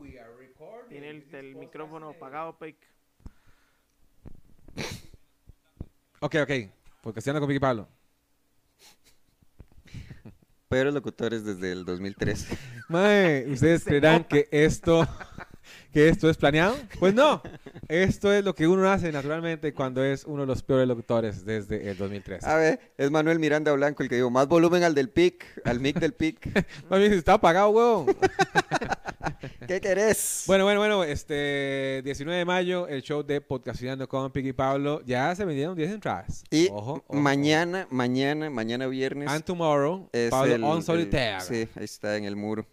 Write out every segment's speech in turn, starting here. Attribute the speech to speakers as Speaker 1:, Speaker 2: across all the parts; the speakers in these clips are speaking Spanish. Speaker 1: we are recording.
Speaker 2: Tiene el,
Speaker 1: This is
Speaker 2: el
Speaker 1: podcast
Speaker 2: micrófono
Speaker 1: day.
Speaker 2: apagado, Pake.
Speaker 3: Ok, ok. Porque se anda con Vicky Pablo.
Speaker 4: Pero locutores desde el 2003.
Speaker 3: Mae, ¿ustedes creerán que esto, que esto es planeado? Pues no. Esto es lo que uno hace naturalmente cuando es uno de los peores locutores desde el 2003.
Speaker 4: A ver, es Manuel Miranda Blanco el que dijo, más volumen al del PIC, al mic del PIC.
Speaker 3: Más bien, está apagado, huevón.
Speaker 4: ¿Qué querés?
Speaker 3: Bueno, bueno, bueno, este 19 de mayo, el show de Podcastinando con Piqui Pablo. Ya se vendieron 10 entradas.
Speaker 4: y
Speaker 3: Ojo, ojo.
Speaker 4: mañana, mañana, mañana viernes.
Speaker 3: And tomorrow,
Speaker 4: es
Speaker 3: Pablo
Speaker 4: el-
Speaker 3: on
Speaker 4: el-
Speaker 3: solitaire.
Speaker 4: Sí, ahí está en el muro.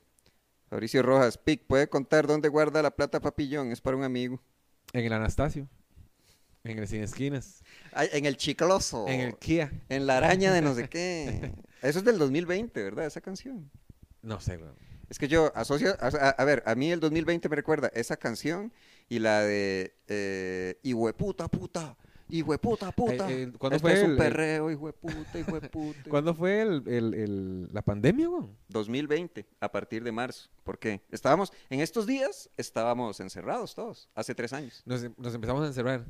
Speaker 4: Fabricio Rojas, PIC, ¿puede contar dónde guarda la plata papillón? Es para un amigo.
Speaker 3: En el Anastasio. En el Sin Esquinas.
Speaker 4: Ay, en el chicloso.
Speaker 3: En el Kia.
Speaker 4: En la araña de no sé qué. Eso es del 2020, ¿verdad? Esa canción.
Speaker 3: No sé, weón.
Speaker 4: Es que yo asocio, a, a- a ver, a mí el 2020 me recuerda esa canción y la de eh, Hijueputa, puta, Hijueputa, puta.
Speaker 3: eh, ¿cuándo
Speaker 4: Esto
Speaker 3: fue
Speaker 4: es
Speaker 3: el-
Speaker 4: un perreo, Hijueputa, Hijueputa.
Speaker 3: ¿Cuándo fue el- el- el- la pandemia, weón?
Speaker 4: 2020, a partir de marzo. ¿Por qué? Estábamos, en estos días estábamos encerrados todos, hace tres años.
Speaker 3: Nos, nos empezamos a encerrar.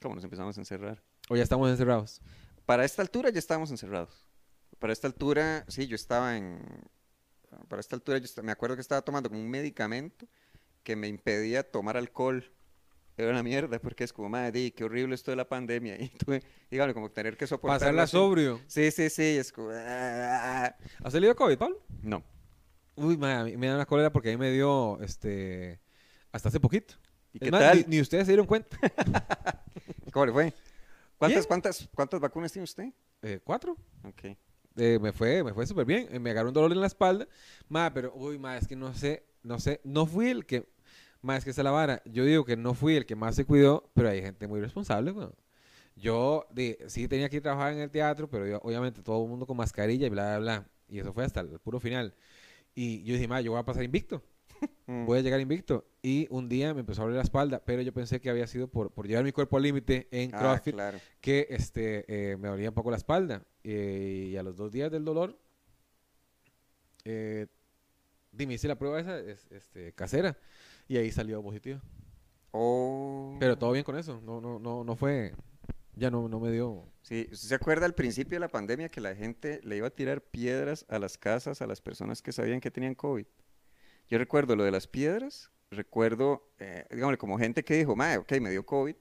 Speaker 4: ¿Cómo nos empezamos a encerrar?
Speaker 3: O ya estamos encerrados.
Speaker 4: Para esta altura ya estábamos encerrados. Para esta altura, sí, yo estaba en... Para esta altura yo esta- me acuerdo que estaba tomando como un medicamento que me impedía tomar alcohol. Era una mierda porque es como, madre, di, qué horrible esto de la pandemia. Y tuve, dígame, como tener que soportar.
Speaker 3: Pasarla sobrio.
Speaker 4: Sí, sí, sí, es como... ah, ah, ah.
Speaker 3: ¿Has salido COVID, Pablo?
Speaker 4: No.
Speaker 3: Uy, madre, a mí me da una cólera porque a mí me dio, este, hasta hace poquito.
Speaker 4: ¿Y
Speaker 3: Es
Speaker 4: qué
Speaker 3: más,
Speaker 4: tal?
Speaker 3: Ni, ni ustedes se dieron cuenta.
Speaker 4: ¿Cómo le fue? ¿Cuántas,
Speaker 3: Bien.
Speaker 4: cuántas, ¿Cuántas vacunas tiene usted?
Speaker 3: Eh, ¿Cuatro?
Speaker 4: Ok.
Speaker 3: Eh, me fue, me fue súper bien. Eh, me agarró un dolor en la espalda. Ma, pero, uy, ma, es que no sé, no sé. No fui el que, ma, es que esa es la vara. Yo digo que no fui el que más se cuidó, pero hay gente muy responsable, weón. Yo di- sí tenía que ir a trabajar en el teatro, pero yo- obviamente todo el mundo con mascarilla y bla, bla, bla. Y eso fue hasta el puro final. Y yo dije, ma, yo voy a pasar invicto.
Speaker 4: Mm.
Speaker 3: voy a llegar invicto. Y un día me empezó a doler la espalda, pero yo pensé que había sido por, por llevar mi cuerpo al límite en
Speaker 4: Ah,
Speaker 3: CrossFit,
Speaker 4: claro.
Speaker 3: que este, eh, me dolía un poco la espalda. Eh, y a los dos días del dolor, eh, di, me hice la prueba esa es- este, casera y ahí salió positivo.
Speaker 4: Oh.
Speaker 3: Pero todo bien con eso, no, no, no, no fue, ya no, no me dio.
Speaker 4: Sí, ¿usted se acuerda al principio de la pandemia que la gente le iba a tirar piedras a las casas a las personas que sabían que tenían COVID? Yo recuerdo lo de las piedras, recuerdo, eh, digámosle, como gente que dijo, mae, ok, me dio COVID,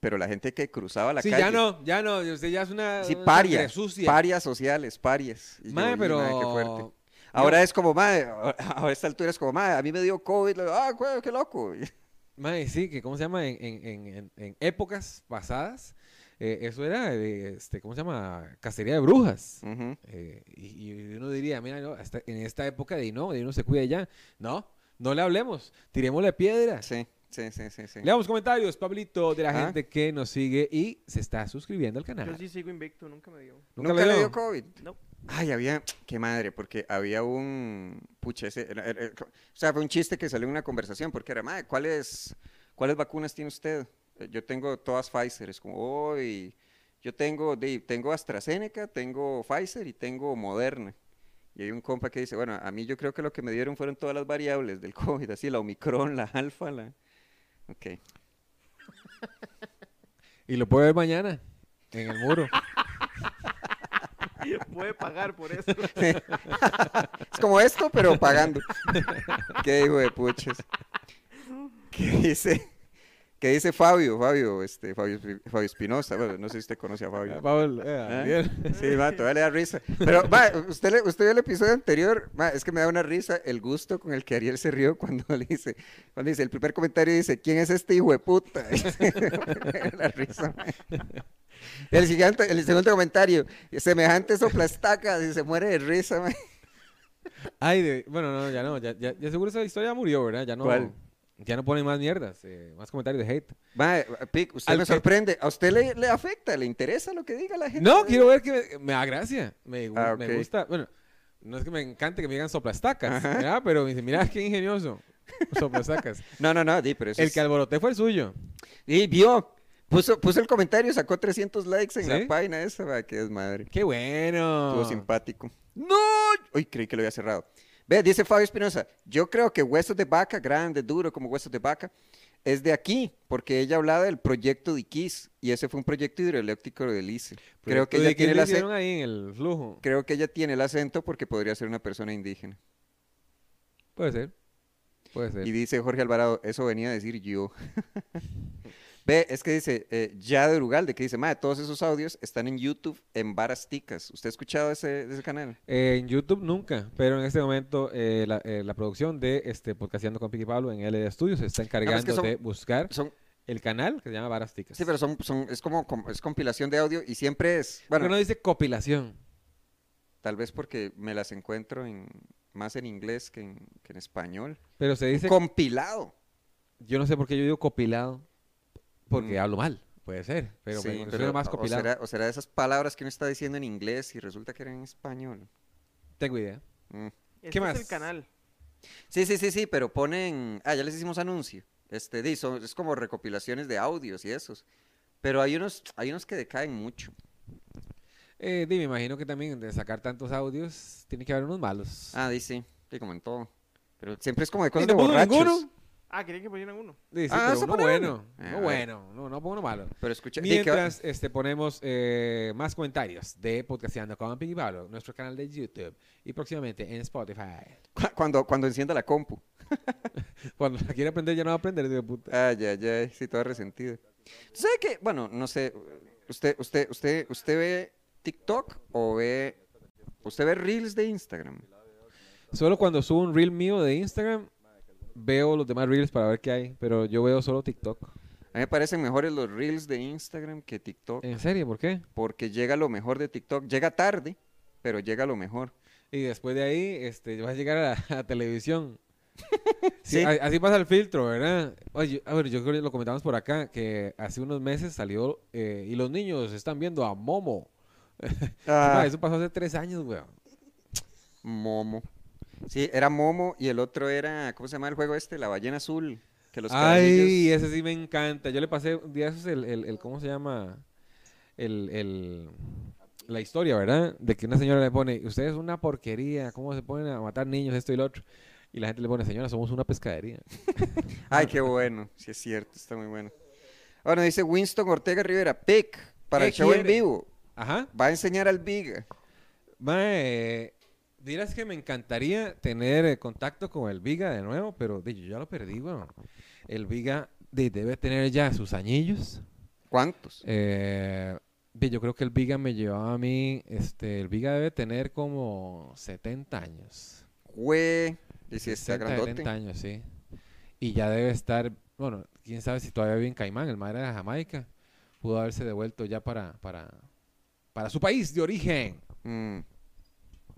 Speaker 4: pero la gente que cruzaba la
Speaker 3: sí,
Speaker 4: calle.
Speaker 3: ya no, ya no, usted ya es una
Speaker 4: Sí,
Speaker 3: una sangre
Speaker 4: parias,
Speaker 3: sucia.
Speaker 4: parias sociales, parias. Y yo,
Speaker 3: Mae,
Speaker 4: "Y,
Speaker 3: pero...
Speaker 4: mae, qué fuerte". Ahora es como, mae, a a esta altura es como, mae, a mí me dio COVID, lo- ah, güey, qué loco.
Speaker 3: Mae, sí, que ¿cómo se llama? En, en- en- en- en épocas pasadas, eh, eso era, eh, este, ¿cómo se llama? Cacería de brujas.
Speaker 4: Ujú.
Speaker 3: Eh, y, y uno diría, mira, no, hasta en esta época de no, de no se cuida ya. No, no le hablemos, tirémosle piedra.
Speaker 4: Sí, sí, sí, sí. sí.
Speaker 3: Leamos comentarios, Pablito, de la
Speaker 4: Ah.
Speaker 3: gente que nos sigue y se está suscribiendo al
Speaker 2: Yo
Speaker 3: canal.
Speaker 2: sí sigo invicto, nunca me dio.
Speaker 3: ¿Nunca
Speaker 4: ¿Nunca,
Speaker 3: le
Speaker 4: le
Speaker 3: dio?
Speaker 4: dio COVID?
Speaker 2: No.
Speaker 4: Ay, había, qué madre, porque había un, pucha, ese, era- era- era- o sea, fue un chiste que salió en una conversación, porque era, madre, ¿cuáles, cuáles vacunas tiene usted? Eh, Yo tengo todas Pfizer, es como, hoy, yo tengo, de, tengo AstraZeneca, tengo Pfizer y tengo Moderna. Y hay un compa que dice, bueno, a mí yo creo que lo que me dieron fueron todas las variables del COVID, así, la Omicron, la Alfa, la... Ok.
Speaker 3: Y lo puede ver mañana en el muro.
Speaker 2: Puede pagar por eso.
Speaker 4: Es como esto, pero pagando. Qué hijo de puches. ¿Qué dice? ¿Qué dice Fabio? Fabio, este, Fabio, Espi- Fabio Espinosa. Bueno, no sé si usted conoce a Fabio.
Speaker 3: Pablo, eh,
Speaker 4: ¿Ah?
Speaker 3: Daniel.
Speaker 4: Sí, va, todavía le da risa. Pero, va, usted, le- usted vio el episodio anterior, va, es que me da una risa el gusto con el que Ariel se rió cuando le dice, cuando dice, el primer comentario dice, ¿quién es este hijo de puta? la risa. ma. El, siguiente, el segundo comentario, semejante soplastaca, y se muere de risa. ma.
Speaker 3: Ay, de- bueno, no, ya no, ya, ya, ya seguro esa historia murió, ¿verdad? Ya no,
Speaker 4: ¿Cuál?
Speaker 3: ya no ponen más mierdas, eh, más comentarios de hate.
Speaker 4: Mae, Pic, usted
Speaker 3: Al
Speaker 4: me
Speaker 3: que-
Speaker 4: sorprende. ¿A usted le, le afecta? ¿Le interesa lo que diga la gente?
Speaker 3: No, quiero ver que me, me da gracia. Me, gu-
Speaker 4: Ah,
Speaker 3: me
Speaker 4: ok.
Speaker 3: gusta. Bueno, no es que me encante que me digan soplastacas, ¿verdad? Pero me dicen, mira qué ingenioso. Soplastacas.
Speaker 4: No, no, no, di, pero eso
Speaker 3: El
Speaker 4: es-
Speaker 3: que alboroté fue el suyo.
Speaker 4: Y vio, puso, puso el comentario, sacó 300 likes en
Speaker 3: ¿Sí? Ah.
Speaker 4: la página esa, mae, que es madre.
Speaker 3: ¡Qué bueno!
Speaker 4: Estuvo simpático. ¡No! Uy, creí que lo había cerrado. Ve, dice Fabio Espinosa, yo creo que huesos de vaca, grande, duro como huesos de vaca, es de aquí, porque ella hablaba del proyecto de Iquiz, y ese fue un proyecto hidroeléctrico de Lice. Creo
Speaker 3: Proyecto
Speaker 4: que,
Speaker 3: de
Speaker 4: ella tiene
Speaker 3: que
Speaker 4: el
Speaker 3: lo
Speaker 4: acento,
Speaker 3: hicieron ahí en el flujo.
Speaker 4: creo que ella tiene el acento porque podría ser una persona indígena.
Speaker 3: Puede ser. Puede ser.
Speaker 4: Y dice Jorge Alvarado, eso venía a decir yo. Ve, es que dice, eh, ya de Urugalde, que dice, madre, todos esos audios están en YouTube en varas ticas. ¿Usted ha escuchado ese, ese canal?
Speaker 3: Eh, en YouTube nunca, pero en este momento eh, la, eh, la producción de este Podcasteando con Piqui Pablo en LD Studios se
Speaker 4: Ah,
Speaker 3: está encargando
Speaker 4: son-
Speaker 3: de buscar
Speaker 4: Son,
Speaker 3: el canal que se llama Varas Ticas.
Speaker 4: sí, pero son, son- es como, com- es compilación de audio y siempre es,
Speaker 3: Porque
Speaker 4: bueno,
Speaker 3: no dice compilación.
Speaker 4: tal vez porque me las encuentro en, más en inglés que en, que en español.
Speaker 3: Pero se dice.
Speaker 4: Compilado.
Speaker 3: Yo no sé por qué yo digo copilado. Porque
Speaker 4: Mm.
Speaker 3: hablo mal. Puede ser. Pero
Speaker 4: Sí,
Speaker 3: me suena
Speaker 4: pero-
Speaker 3: más
Speaker 4: o-
Speaker 3: copilado.
Speaker 4: O será, o será de esas palabras que uno está diciendo en inglés y resulta que era en español.
Speaker 3: Tengo idea.
Speaker 4: Mm.
Speaker 2: Este
Speaker 3: ¿Qué
Speaker 2: es
Speaker 3: más?
Speaker 2: el canal.
Speaker 4: Sí, sí, sí, sí, pero ponen. Ah, ya les hicimos anuncio. Este, di, son- es como recopilaciones de audios y esos. Pero hay unos, hay unos que decaen mucho.
Speaker 3: Eh, di, me imagino que también de sacar tantos audios tiene que haber unos malos.
Speaker 4: Ah, dice, sí, sí, como en todo. Pero siempre es como de
Speaker 3: Y
Speaker 4: cosas
Speaker 3: no
Speaker 4: de
Speaker 3: pongo
Speaker 4: borrachos.
Speaker 3: ninguno.
Speaker 2: Ah, quería que pusieran uno.
Speaker 3: Di, sí,
Speaker 4: Ah,
Speaker 3: pero
Speaker 4: eso
Speaker 3: uno
Speaker 4: pone
Speaker 3: bueno.
Speaker 4: uno. Ah,
Speaker 3: Uno
Speaker 4: a ver.
Speaker 3: bueno. No, no pongo uno malo.
Speaker 4: Pero escucha, di, que-
Speaker 3: Mientras este, ponemos eh, más comentarios de Podcasteando con Piggy Pablo, nuestro canal de YouTube y próximamente en Spotify.
Speaker 4: cu- cuando, cuando encienda la compu.
Speaker 3: Cuando la quiera aprender, ya no va a aprender. digo, puta.
Speaker 4: Ay, ay, ay, Ah, sí, toda resentida. ¿Tú sabes qué? Bueno, no sé. ¿Usted, usted, usted, usted ve TikTok o ve. ¿Usted ve Reels de Instagram?
Speaker 3: Solo cuando subo un reel mío de Instagram, veo los demás reels para ver qué hay, pero yo veo solo TikTok.
Speaker 4: A mí me parecen mejores los Reels de Instagram que TikTok.
Speaker 3: ¿En serio? ¿Por qué?
Speaker 4: porque llega lo mejor de TikTok. Llega tarde, pero llega lo mejor.
Speaker 3: Y después de ahí, este, vas a llegar a la, a la televisión. Sí,
Speaker 4: Sí.
Speaker 3: a- así pasa el filtro, ¿verdad? Oye, a ver, yo creo que lo comentamos por acá, que hace unos meses salió eh, y los niños están viendo a Momo.
Speaker 4: Ah.
Speaker 3: Ma, eso pasó hace tres años, weón.
Speaker 4: Momo. Sí, era Momo y el otro era, ¿cómo se llama el juego este? La ballena azul. Que los
Speaker 3: Ay,
Speaker 4: carajillos-
Speaker 3: ese sí me encanta. Yo le pasé un día esos el, el, el- ¿cómo se llama? El, el- la historia, ¿verdad? De que una señora le pone, ustedes una porquería, ¿cómo se ponen a matar niños, esto y lo otro? Y la gente le pone, señora, somos una pescadería.
Speaker 4: Ay, qué bueno. Sí, es cierto, está muy bueno. Bueno, dice Winston Ortega Rivera, pick para
Speaker 3: ¿Qué
Speaker 4: el show en
Speaker 3: quiere?
Speaker 4: vivo.
Speaker 3: Ajá.
Speaker 4: Va a enseñar al Viga.
Speaker 3: Mae, dirás que me encantaría tener eh, contacto con el Viga de nuevo, pero di, yo ya lo perdí, weón. El Viga di, debe tener ya sus añillos.
Speaker 4: ¿Cuántos?
Speaker 3: Eh, ve, yo creo que el Viga me llevaba a mí, este, el Viga debe tener como 70 años.
Speaker 4: Güey. Y si está
Speaker 3: 60, 70
Speaker 4: grandote.
Speaker 3: años, sí. Y ya debe estar, bueno, quién sabe si todavía vive en Caimán, el madre de Jamaica. Pudo haberse devuelto ya para, para, para su país de origen.
Speaker 4: Mm,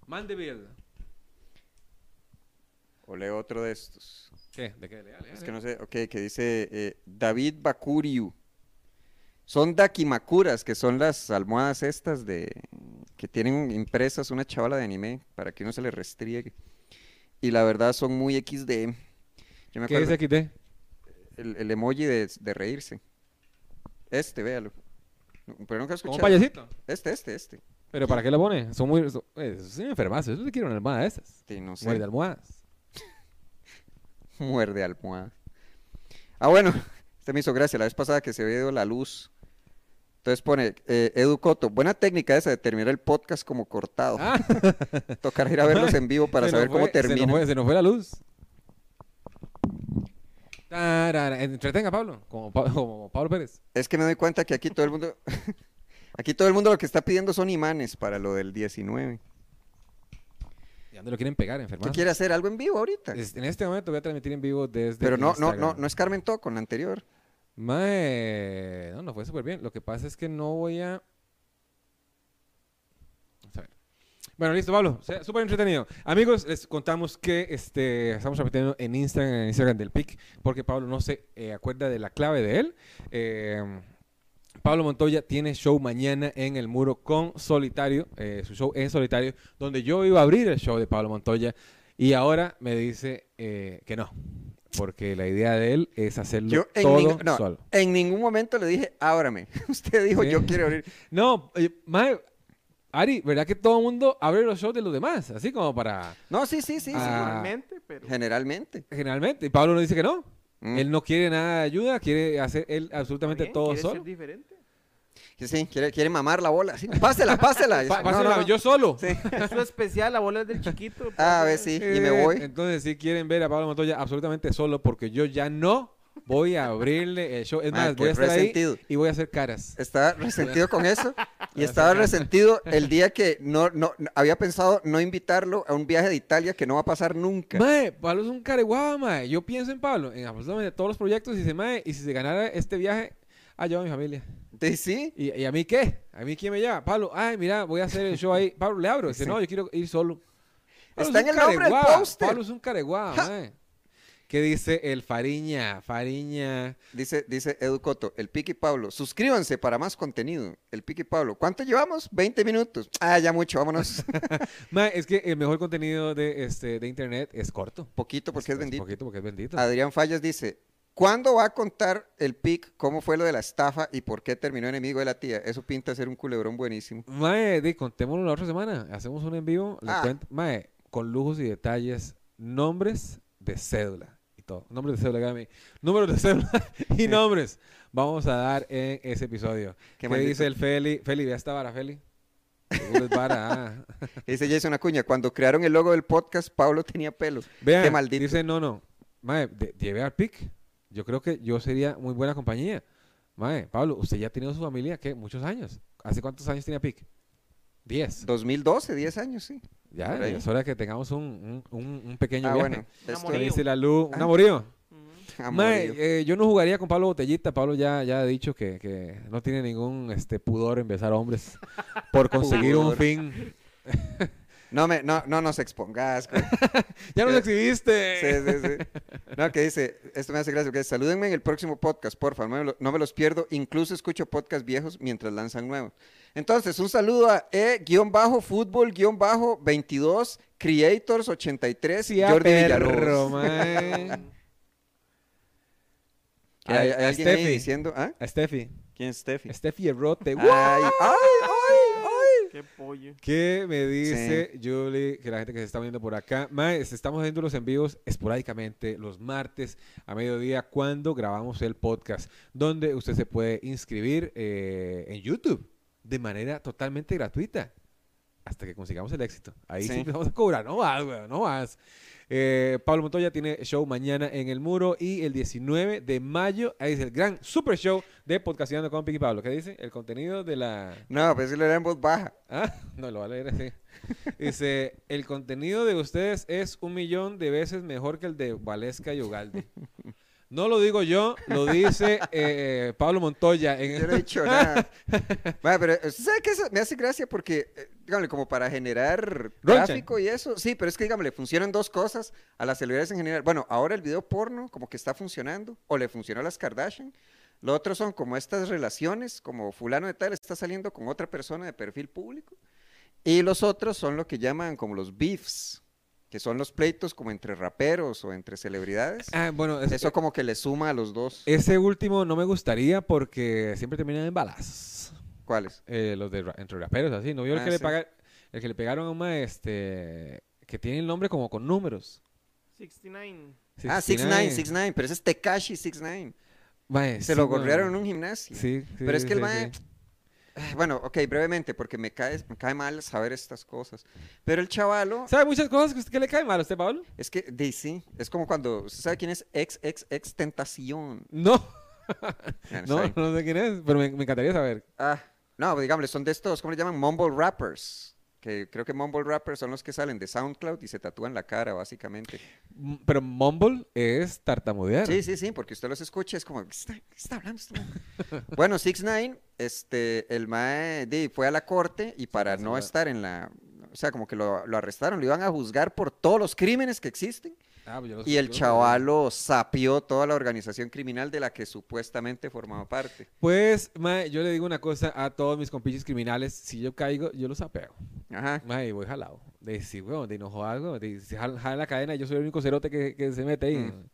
Speaker 3: Mandeville.
Speaker 4: o leo otro de estos.
Speaker 3: ¿Qué? ¿De qué? Lea, lea,
Speaker 4: Es
Speaker 3: lea.
Speaker 4: que no sé, ok, que dice eh, David Bakuriu. Son dakimakuras, que son las almohadas estas de que tienen impresas una chavala de anime para que uno se le restriegue. Y la verdad son muy XD. Yo me
Speaker 3: ¿Qué
Speaker 4: acuerdo
Speaker 3: dice XD?
Speaker 4: el, el emoji de, de reírse. Este, véalo. No, Pero nunca he
Speaker 3: Como un
Speaker 4: escuchado.
Speaker 3: payasito.
Speaker 4: Este, este, este.
Speaker 3: ¿Pero para qué la pone? Son muy... Son, eh, son enfermazos. Yo le quiero una almohada de esas.
Speaker 4: Sí, no sé.
Speaker 3: Muere de almohadas.
Speaker 4: Muerde almohada. Ah, bueno, este me hizo gracia la vez pasada que se había ido la luz. Entonces pone, eh, Edu Coto, buena técnica esa de terminar el podcast como cortado.
Speaker 3: Ah,
Speaker 4: Tocar ir a verlos en vivo Oh. para
Speaker 3: se nos
Speaker 4: saber cómo
Speaker 3: fue- se nos
Speaker 4: termina.
Speaker 3: fue- Se nos fue, la luz. Tarara, entretenga, Pablo. Como, Pa- como Pablo Pérez.
Speaker 4: Es que me doy cuenta que aquí todo el mundo, aquí todo el mundo lo que está pidiendo son imanes para lo del 19.
Speaker 3: ¿Y dónde lo quieren pegar,
Speaker 4: ¿Qué
Speaker 3: enfermazo?
Speaker 4: quiere hacer? ¿Algo en vivo ahorita?
Speaker 3: Ah. Es- En este momento voy a transmitir en vivo desde
Speaker 4: Pero no, no, no,
Speaker 3: Instagram.
Speaker 4: no es Carmen Toco, la anterior.
Speaker 3: Mae, no, no fue súper bien. Lo que pasa es que no voy a... Vamos a ver. Bueno, listo, Pablo. O sea, Súper entretenido. Amigos, les contamos que este, estamos repitiendo en Instagram, en el Instagram del PIC, porque Pablo no se eh, acuerda de la clave de él. Eh, Pablo Montoya tiene show mañana en el muro con Solitario, eh, su show en Solitario, donde yo iba a abrir el show de Pablo Montoya y ahora me dice eh, que no, porque la idea de él es hacerlo
Speaker 4: Yo en,
Speaker 3: todo
Speaker 4: ning- no,
Speaker 3: solo.
Speaker 4: en ningún momento le dije, ábrame. Usted dijo,
Speaker 3: Sí.
Speaker 4: yo quiero abrir.
Speaker 3: No, eh, mae, Ari, ¿verdad que todo el mundo abre los shows de los demás? Así como para...
Speaker 4: No, sí, sí, sí. sí,
Speaker 3: Ah.
Speaker 2: Seguramente, pero.
Speaker 4: Generalmente.
Speaker 3: Generalmente. Y Pablo nos dice que no.
Speaker 4: Mm.
Speaker 3: Él no quiere nada de ayuda, quiere hacer él absolutamente
Speaker 2: Está bien,
Speaker 3: todo
Speaker 2: ¿quieres ser
Speaker 3: solo.
Speaker 2: diferente?
Speaker 4: Que Sí, quiere, quiere mamar la bola. Sí, pásela, pásela.
Speaker 3: Pa-
Speaker 4: No,
Speaker 3: pásela
Speaker 4: no, no.
Speaker 3: yo solo.
Speaker 4: Sí.
Speaker 2: Es lo especial, la bola es del chiquito. pues,
Speaker 4: Ah,
Speaker 2: pasa-
Speaker 4: a ver, sí. Y me
Speaker 3: Eh,
Speaker 4: voy.
Speaker 3: Entonces, si quieren ver a Pablo Montoya absolutamente solo, porque yo ya no voy a abrirle el show. Es
Speaker 4: Madre,
Speaker 3: más, voy
Speaker 4: qué
Speaker 3: a estar ahí
Speaker 4: resentido.
Speaker 3: y voy a hacer caras.
Speaker 4: Estaba resentido con eso. Y estaba resentido el día que no, no, no- había pensado no invitarlo a un viaje de Italia que no va a pasar nunca.
Speaker 3: Mae, Pablo es un careguaba, mae. Yo pienso en Pablo, en absolutamente todos los proyectos, y dice, mae, y si se ganara este viaje, ah, llevo a mi familia.
Speaker 4: Sí, sí.
Speaker 3: ¿Y, y a mí qué? ¿A mí quién me lleva? Pablo, ay, mira, voy a hacer el show ahí. Pablo, le abro. Dice, no, yo quiero ir solo. Pablo
Speaker 4: Está
Speaker 3: es un
Speaker 4: en el nombre del
Speaker 3: careguaba,
Speaker 4: póster.
Speaker 3: Pablo es un careguaba,
Speaker 4: Ja.
Speaker 3: mae. ¿Qué dice el Fariña? Fariña.
Speaker 4: Dice, dice Edu Coto, el Piqui Pablo, suscríbanse para más contenido. El Piqui Pablo, ¿cuánto llevamos? 20 minutos. Ah, ya mucho, vámonos.
Speaker 3: Mae, es que el mejor contenido de, este, de internet es corto.
Speaker 4: Poquito porque es bendito.
Speaker 3: Poquito porque es bendito.
Speaker 4: Adrián Fallas dice, ¿cuándo va a contar el PIC cómo fue lo de la estafa y por qué terminó enemigo de la tía? Eso pinta ser un culebrón buenísimo.
Speaker 3: Mae, di, contémoslo la otra semana. Hacemos un en vivo. le
Speaker 4: Ah.
Speaker 3: cuento- mae, con lujos y detalles, nombres de cédula y todo. Nombres de cédula, Gami. Números de cédula y nombres. Vamos a dar en ese episodio.
Speaker 4: Qué
Speaker 3: ¿Qué,
Speaker 4: maldito.
Speaker 3: dice el Feli? Feli, vea esta vara, Feli. Seguro es vara. ah.
Speaker 4: Dice Jason Acuña, cuando crearon el logo del podcast, Pablo tenía pelo.
Speaker 3: Vean,
Speaker 4: Qué maldito.
Speaker 3: dice no, no. Mae, de- lleve al pic. Yo creo que yo sería muy buena compañía. Mae, Pablo, usted ya ha tenido su familia, ¿qué? Muchos años. ¿Hace cuántos años tenía pic? Diez.
Speaker 4: 2012, 10 años, sí.
Speaker 3: Ya,
Speaker 4: Por ahí.
Speaker 3: es hora de que tengamos un, un- un- un pequeño
Speaker 4: Ah,
Speaker 3: viaje.
Speaker 4: bueno. esto-
Speaker 3: ¿Qué
Speaker 2: Amorío.
Speaker 3: dice la luz?
Speaker 4: Ah.
Speaker 3: Un amorío.
Speaker 2: Ujú.
Speaker 3: Mae,
Speaker 4: Amorío.
Speaker 3: eh, yo no jugaría con Pablo Botellita. Pablo ya, ya ha dicho que, que no tiene ningún este, pudor en besar hombres por conseguir un
Speaker 4: Pudor.
Speaker 3: fin.
Speaker 4: No, me, no, no nos expongas. güey.
Speaker 3: ¡Ya nos
Speaker 4: Eh,
Speaker 3: exhibiste!
Speaker 4: Sí, sí, sí. No, que dice, esto me hace gracia, que salúdenme en el próximo podcast, porfa, no me, lo- no me los pierdo, incluso escucho podcasts viejos mientras lanzan nuevos. Entonces, un saludo a E, e-fútbol-22, creators83,
Speaker 3: Sí, a
Speaker 4: Jordi
Speaker 3: perro,
Speaker 4: Villalobos.
Speaker 3: mae.
Speaker 4: Que Hay,
Speaker 3: A-
Speaker 4: hay
Speaker 3: a
Speaker 4: alguien ahí
Speaker 3: Steffi. Este,
Speaker 4: diciendo, ¿ah?
Speaker 3: A Steffi.
Speaker 4: ¿Quién es Steffi?
Speaker 3: Steffi Errote.
Speaker 4: Ay, ay, ay, ay.
Speaker 2: Qué pollo.
Speaker 3: ¿Qué me dice Julie? Que la gente que se está viendo por acá. Maes, estamos haciendo los envíos esporádicamente los martes a mediodía cuando grabamos el podcast, donde usted se puede inscribir eh, en YouTube de manera totalmente gratuita hasta que consigamos el éxito. Ahí
Speaker 4: Sí.
Speaker 3: sí empezamos a cobrar. No vas, weón, no vas. Eh, Pablo Montoya tiene show mañana en El Muro y el 19 de mayo ahí es el gran super show de Podcastinando con Piqui Pablo. ¿Qué dice? El contenido de la...
Speaker 4: No, pues si lo era en voz baja.
Speaker 3: Ah, no, lo va a leer así. Dice, el contenido de ustedes es un millón de veces mejor que el de Valesca y Ugalde. No lo digo yo, lo dice eh, Pablo Montoya. en-
Speaker 4: Yo no he dicho nada. Mae, pero eh, ¿sabe qué? Eso Me hace gracia porque, eh, dígame, como para generar
Speaker 3: Roncha.
Speaker 4: tráfico y eso. Sí, pero es que, dígame, le funcionan dos cosas a las celebridades en general. Bueno, ahora el video porno como que está funcionando, o le funcionó a las Kardashian. Lo otro son como estas relaciones, como fulano de tal está saliendo con otra persona de perfil público. Y los otros son lo que llaman como los beefs, que son los pleitos como entre raperos o entre celebridades.
Speaker 3: Ah, bueno, es- Eh,
Speaker 4: Eso como que le suma a los dos.
Speaker 3: ese último no me gustaría porque siempre terminan en balazos.
Speaker 4: ¿Cuáles?
Speaker 3: Eh, los de ra- entre raperos, así. ¿No vio
Speaker 4: Ah,
Speaker 3: el, que le
Speaker 4: sí.
Speaker 3: paga- el que le pegaron a una este, que tiene el nombre como con números?
Speaker 2: 69.
Speaker 4: Ah, 6ix9ine, 6ix9ine, pero ese es Tekashi 6ix9ine.
Speaker 3: Mae,
Speaker 4: Se
Speaker 3: sí,
Speaker 4: lo
Speaker 3: weón.
Speaker 4: gorrearon en un gimnasio.
Speaker 3: Sí,
Speaker 4: Pero es
Speaker 3: sí,
Speaker 4: que el
Speaker 3: sí,
Speaker 4: mae-
Speaker 3: sí.
Speaker 4: Ah, Bueno, ok, brevemente, porque me cae, me cae mal saber estas cosas. Pero el chavalo,
Speaker 3: ¿Sabe muchas cosas que, usted- que le cae mal a usted, Pablo?
Speaker 4: es que, di, sí, es como cuando, ¿usted sabe quién es? Ex, ex, ex tentación.
Speaker 3: No.
Speaker 4: Bueno, está
Speaker 3: No,
Speaker 4: bien.
Speaker 3: no sé quién es, pero me, me encantaría saber.
Speaker 4: Ah, no, digámosle, son de estos, ¿cómo le llaman? Mumble rappers. Que creo que mumble rappers son los que salen de SoundCloud y se tatúan la cara, básicamente.
Speaker 3: M- Pero mumble es tartamudear.
Speaker 4: Sí, sí, sí, porque usted los escucha, es como, ¿qué está, qué está hablando? este man?" bueno, 6ix9ine, este, el mae di, fue a la corte y para
Speaker 3: sí,
Speaker 4: no
Speaker 3: claro.
Speaker 4: estar en la... O sea, como que lo, lo arrestaron, lo iban a juzgar por todos los crímenes que existen.
Speaker 3: Ah, pues yo los-
Speaker 4: Y el
Speaker 3: yo los-
Speaker 4: chavalo sapió toda la organización criminal de la que supuestamente formaba parte.
Speaker 3: Pues, mae, yo le digo una cosa a todos mis compiches criminales. Si yo caigo, yo los apego.
Speaker 4: Ajá.
Speaker 3: Mae, y voy jalado. De si, weón, de enojo algo. De si jala, jala la cadena, yo soy el único cerote que, que se mete ahí.
Speaker 4: Mm.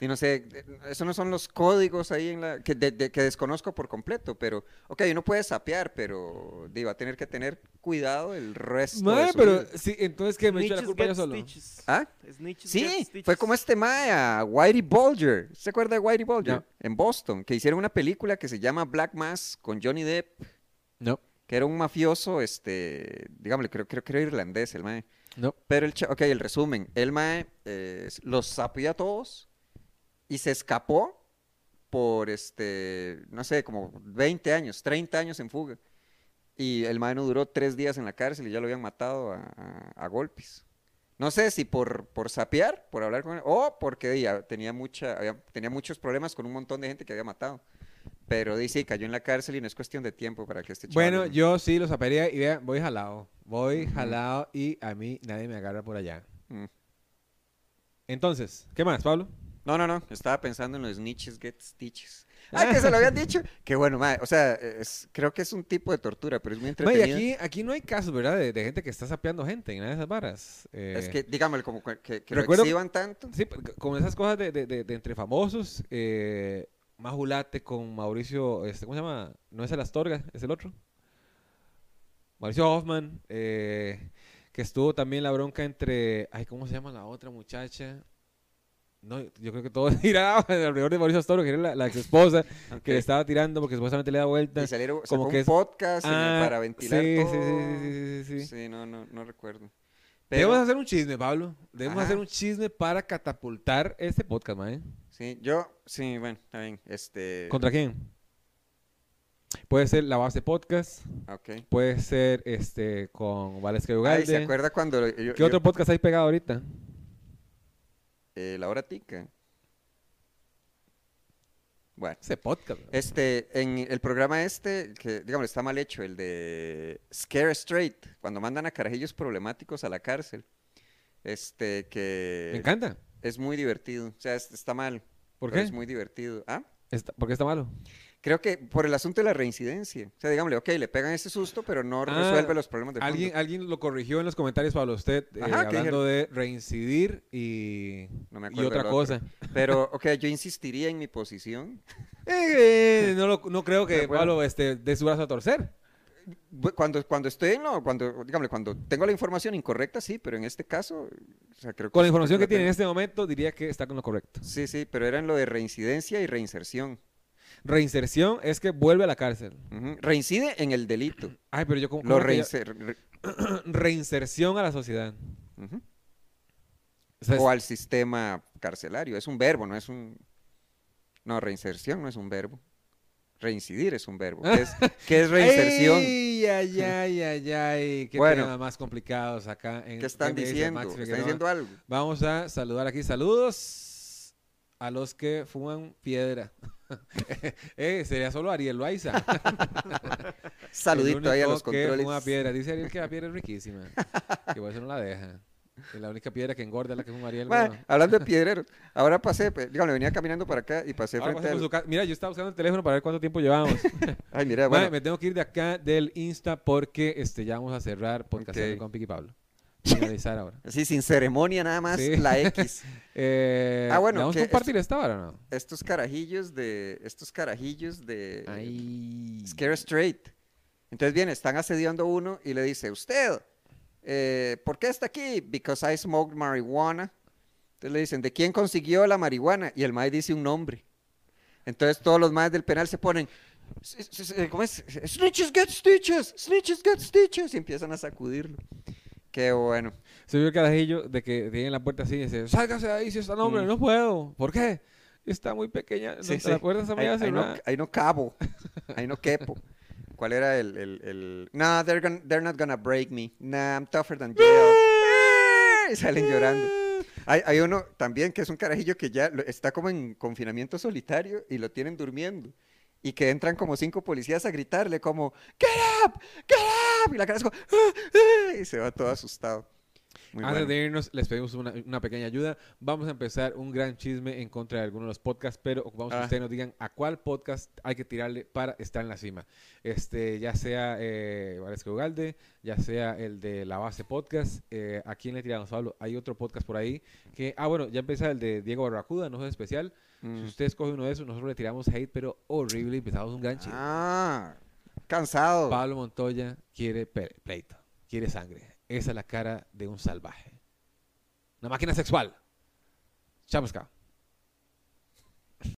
Speaker 4: Y no sé, esos no son los códigos ahí en la, que, de- de- que desconozco por completo, pero, ok, uno puede sapear, pero di, va a tener que tener cuidado el resto. de
Speaker 3: Madre,
Speaker 4: su
Speaker 3: pero
Speaker 4: vida.
Speaker 3: sí, entonces que me he hecho la
Speaker 2: Snitches
Speaker 3: culpa
Speaker 2: get
Speaker 3: yo solo.
Speaker 2: stitches.
Speaker 4: ¿Ah?
Speaker 2: Snitches get
Speaker 4: Sí,
Speaker 2: stitches.
Speaker 4: fue como este mae, a Whitey Bulger. ¿Se acuerda de Whitey Bulger?
Speaker 3: No.
Speaker 4: En Boston, que hicieron una película que se llama Black Mass con Johnny Depp,
Speaker 3: No,
Speaker 4: que era un mafioso, este, digámosle, creo, creo, creo irlandés el mae.
Speaker 3: no.
Speaker 4: Pero el, cha- ok, el resumen, el mae eh, los sapió a todos y se escapó por, este, no sé, como 20 años, 30 años en fuga. Y el mae no duró tres días en la cárcel y ya lo habían matado a, a- a golpes. No sé si por, por sapear, por hablar con él, o porque di, ah, tenía, mucha, había- tenía muchos problemas con un montón de gente que había matado. Pero dice, cayó en la cárcel y no es cuestión de tiempo para que este chaval...
Speaker 3: Bueno, yo sí los apería y vean, voy jalado. Voy jalado y a mí nadie me agarra por allá.
Speaker 4: Mm.
Speaker 3: Entonces, ¿qué más, Pablo?
Speaker 4: No, no, no. Estaba pensando en los niches get stitches. Ah, que se lo habían dicho. Que bueno, mae, o sea, es- creo que es un tipo de tortura, pero es
Speaker 3: Mae, y
Speaker 4: muy entretenido.
Speaker 3: aquí, aquí no hay casos, ¿verdad? De, de gente que está sapeando gente en nada de esas barras. Eh,
Speaker 4: Es que, dígame, como que, que, que
Speaker 3: Recuerdo-
Speaker 4: lo exhiban tanto.
Speaker 3: Sí, pero c- con esas cosas de, de- de- de entre famosos, eh, Majulate con Mauricio, este, ¿cómo se llama? No es el Astorga, es el otro. Mauricio Hoffman, eh, que estuvo también la bronca entre, ay, ¿cómo se llama la otra muchacha? No, yo creo que todos tiraban alrededor de Mauricio Astorga, que era la, la esposa que le
Speaker 4: Ok.
Speaker 3: estaba tirando porque supuestamente le da vuelta.
Speaker 4: Y salieron
Speaker 3: como
Speaker 4: como
Speaker 3: que
Speaker 4: un
Speaker 3: es-
Speaker 4: podcast en el-
Speaker 3: Ah,
Speaker 4: para ventilar
Speaker 3: sí, sí,
Speaker 4: todo.
Speaker 3: sí, sí, sí, sí, sí.
Speaker 4: no, no, no recuerdo.
Speaker 3: Debemos
Speaker 4: Pero,
Speaker 3: hacer un chisme, Pablo. Debemos
Speaker 4: Ajá.
Speaker 3: hacer un chisme para catapultar este podcast, mae.
Speaker 4: sí, yo, sí, bueno, está bien. Este,
Speaker 3: ¿Contra quién? Puede ser la base podcast,
Speaker 4: ok.
Speaker 3: puede ser este con Valesca y
Speaker 4: Ay, ¿se
Speaker 3: Ugalde.
Speaker 4: acuerda cuando yo- yo-
Speaker 3: ¿Qué otro podcast hay pegado ahorita?
Speaker 4: eh, la hora tica. Bueno.
Speaker 3: Ese podcast. ¿no?
Speaker 4: Este, en el programa este, que digamos, está mal hecho, el de Scare Straight, cuando mandan a carajillos problemáticos a la cárcel, este, que
Speaker 3: Me encanta.
Speaker 4: es muy divertido, o sea, es- está mal,
Speaker 3: ¿Por
Speaker 4: pero
Speaker 3: qué?
Speaker 4: es muy divertido. ¿Ah?
Speaker 3: Está- ¿Por qué está malo?
Speaker 4: Creo que por el asunto de la reincidencia, o sea, digámosle, ok, le pegan ese susto, pero no
Speaker 3: Ah,
Speaker 4: resuelve los problemas del
Speaker 3: Alguien,
Speaker 4: fondo.
Speaker 3: alguien lo corrigió en los comentarios, Pablo. Usted eh,
Speaker 4: Ajá, ¿qué
Speaker 3: hablando de reincidir y,
Speaker 4: No me
Speaker 3: y
Speaker 4: acuerdo
Speaker 3: otra
Speaker 4: del otro.
Speaker 3: cosa.
Speaker 4: Pero, ok, yo insistiría en mi posición.
Speaker 3: Eh, eh, no, lo- no creo que
Speaker 4: De acuerdo.
Speaker 3: Pablo este, dé su brazo a torcer.
Speaker 4: Bu- Cuando, cuando estoy en lo, cuando, digámosle, cuando tengo la información incorrecta, sí, pero en este caso, o sea, creo que
Speaker 3: Con
Speaker 4: sí,
Speaker 3: la información que
Speaker 4: creo
Speaker 3: tiene en
Speaker 4: tengo-
Speaker 3: este momento, diría que está con lo correcto.
Speaker 4: Sí, sí, pero eran lo de reincidencia y reinserción.
Speaker 3: Reinserción es que vuelve a la cárcel.
Speaker 4: Ujú. Reincide en el delito.
Speaker 3: Ay, pero yo como
Speaker 4: Lo
Speaker 3: como que ya-
Speaker 4: reinser- re-
Speaker 3: reinserción a la sociedad.
Speaker 4: ujú.
Speaker 3: O sea, es-
Speaker 4: O al sistema carcelario. Es un verbo, no es un. No, reinserción no es un verbo. Reincidir es un verbo. ¿Qué es, qué es reinserción?
Speaker 3: Ey, ay, ay, ay, ay, qué
Speaker 4: Bueno.
Speaker 3: temas más complicados acá. En,
Speaker 4: ¿Qué están
Speaker 3: me dice
Speaker 4: diciendo?
Speaker 3: Max
Speaker 4: ¿Están
Speaker 3: Figueroa?
Speaker 4: diciendo algo?
Speaker 3: Vamos a saludar aquí. Saludos a los que fuman piedra. eh, sería solo Ariel Loaiza.
Speaker 4: Saludito ahí a
Speaker 3: único
Speaker 4: los
Speaker 3: que fuma
Speaker 4: controles.
Speaker 3: piedra. Dice Ariel que la piedra es riquísima. que por eso no la deja. Que la única piedra que engorda es la que fuma Ariel.
Speaker 4: Bueno,
Speaker 3: weón.
Speaker 4: hablando de piedreros, ahora pasé, pues, dígame, venía caminando para acá y pasé
Speaker 3: Ahora
Speaker 4: frente
Speaker 3: pasé por
Speaker 4: al.
Speaker 3: su ca- Mira, yo estaba buscando el teléfono para ver cuánto tiempo llevábamos.
Speaker 4: Ay, mira,
Speaker 3: Mae,
Speaker 4: bueno,
Speaker 3: me tengo que ir de acá del Insta porque este, ya vamos a cerrar podcast
Speaker 4: Ok.
Speaker 3: con Piqui Pablo. Finalizar ahora.
Speaker 4: así sin ceremonia nada más,
Speaker 3: Sí.
Speaker 4: la X.
Speaker 3: Eh,
Speaker 4: Ah, bueno,
Speaker 3: ¿le ¿Vamos a
Speaker 4: que
Speaker 3: compartir esta hora o no?
Speaker 4: Estos carajillos de. Estos carajillos de.
Speaker 3: Ay.
Speaker 4: Scare Straight. Entonces viene, están asediando a uno y le dice, usted, eh, ¿por qué está aquí? Because I smoked marijuana. Entonces le dicen, ¿de quién consiguió la marihuana? Y el mae dice un nombre. Entonces todos los maes del penal se ponen, "S- s- s- ¿cómo es? Snitches get stitches, snitches get stitches. Y empiezan a sacudirlo. Qué bueno.
Speaker 3: Se vio el carajillo de que tiene la puerta así y dice, sálgase de ahí si está nombre, no puedo. ¿Por qué? Está muy pequeña. No,
Speaker 4: Mm. Sí,
Speaker 3: La
Speaker 4: sí.
Speaker 3: puerta está muy
Speaker 4: Ahí, ahí no,
Speaker 3: cerrada".
Speaker 4: ahí no cabo. Ahí no quepo. ¿Cuál era el...? el, el... No, they're, gon- they're not gonna break me. Nah, I'm tougher than jail. Y salen llorando. Hay, hay uno también que es un carajillo que ya lo- está como en confinamiento solitario y lo tienen durmiendo. Y que entran como cinco policías a gritarle como, ¡Get up! ¡Get up! Y la cara es como, "Ah, ah", y se va todo asustado. Muy
Speaker 3: Antes
Speaker 4: bueno.
Speaker 3: de irnos, les pedimos una, una pequeña ayuda. Vamos a empezar un gran chisme en contra de algunos de los podcasts, pero ocupamos que
Speaker 4: Ah.
Speaker 3: ustedes nos digan a cuál podcast hay que tirarle para estar en la cima. Este, ya sea eh, Varesco Ugalde, ya sea el de La Base Podcast. eh, ¿A quién le tiramos, Pablo? Hay otro podcast por ahí que... Ah, bueno, ya empieza el de Diego Barracuda, no es especial.
Speaker 4: Mm.
Speaker 3: Si ustedes cogen uno de esos, nosotros le tiramos hate, pero horrible. y Empezamos un gran chisme.
Speaker 4: Ah, cansado.
Speaker 3: Pablo Montoya quiere pe- pleito, quiere sangre. Esa es la cara de un salvaje. Una máquina sexual. Chamusca.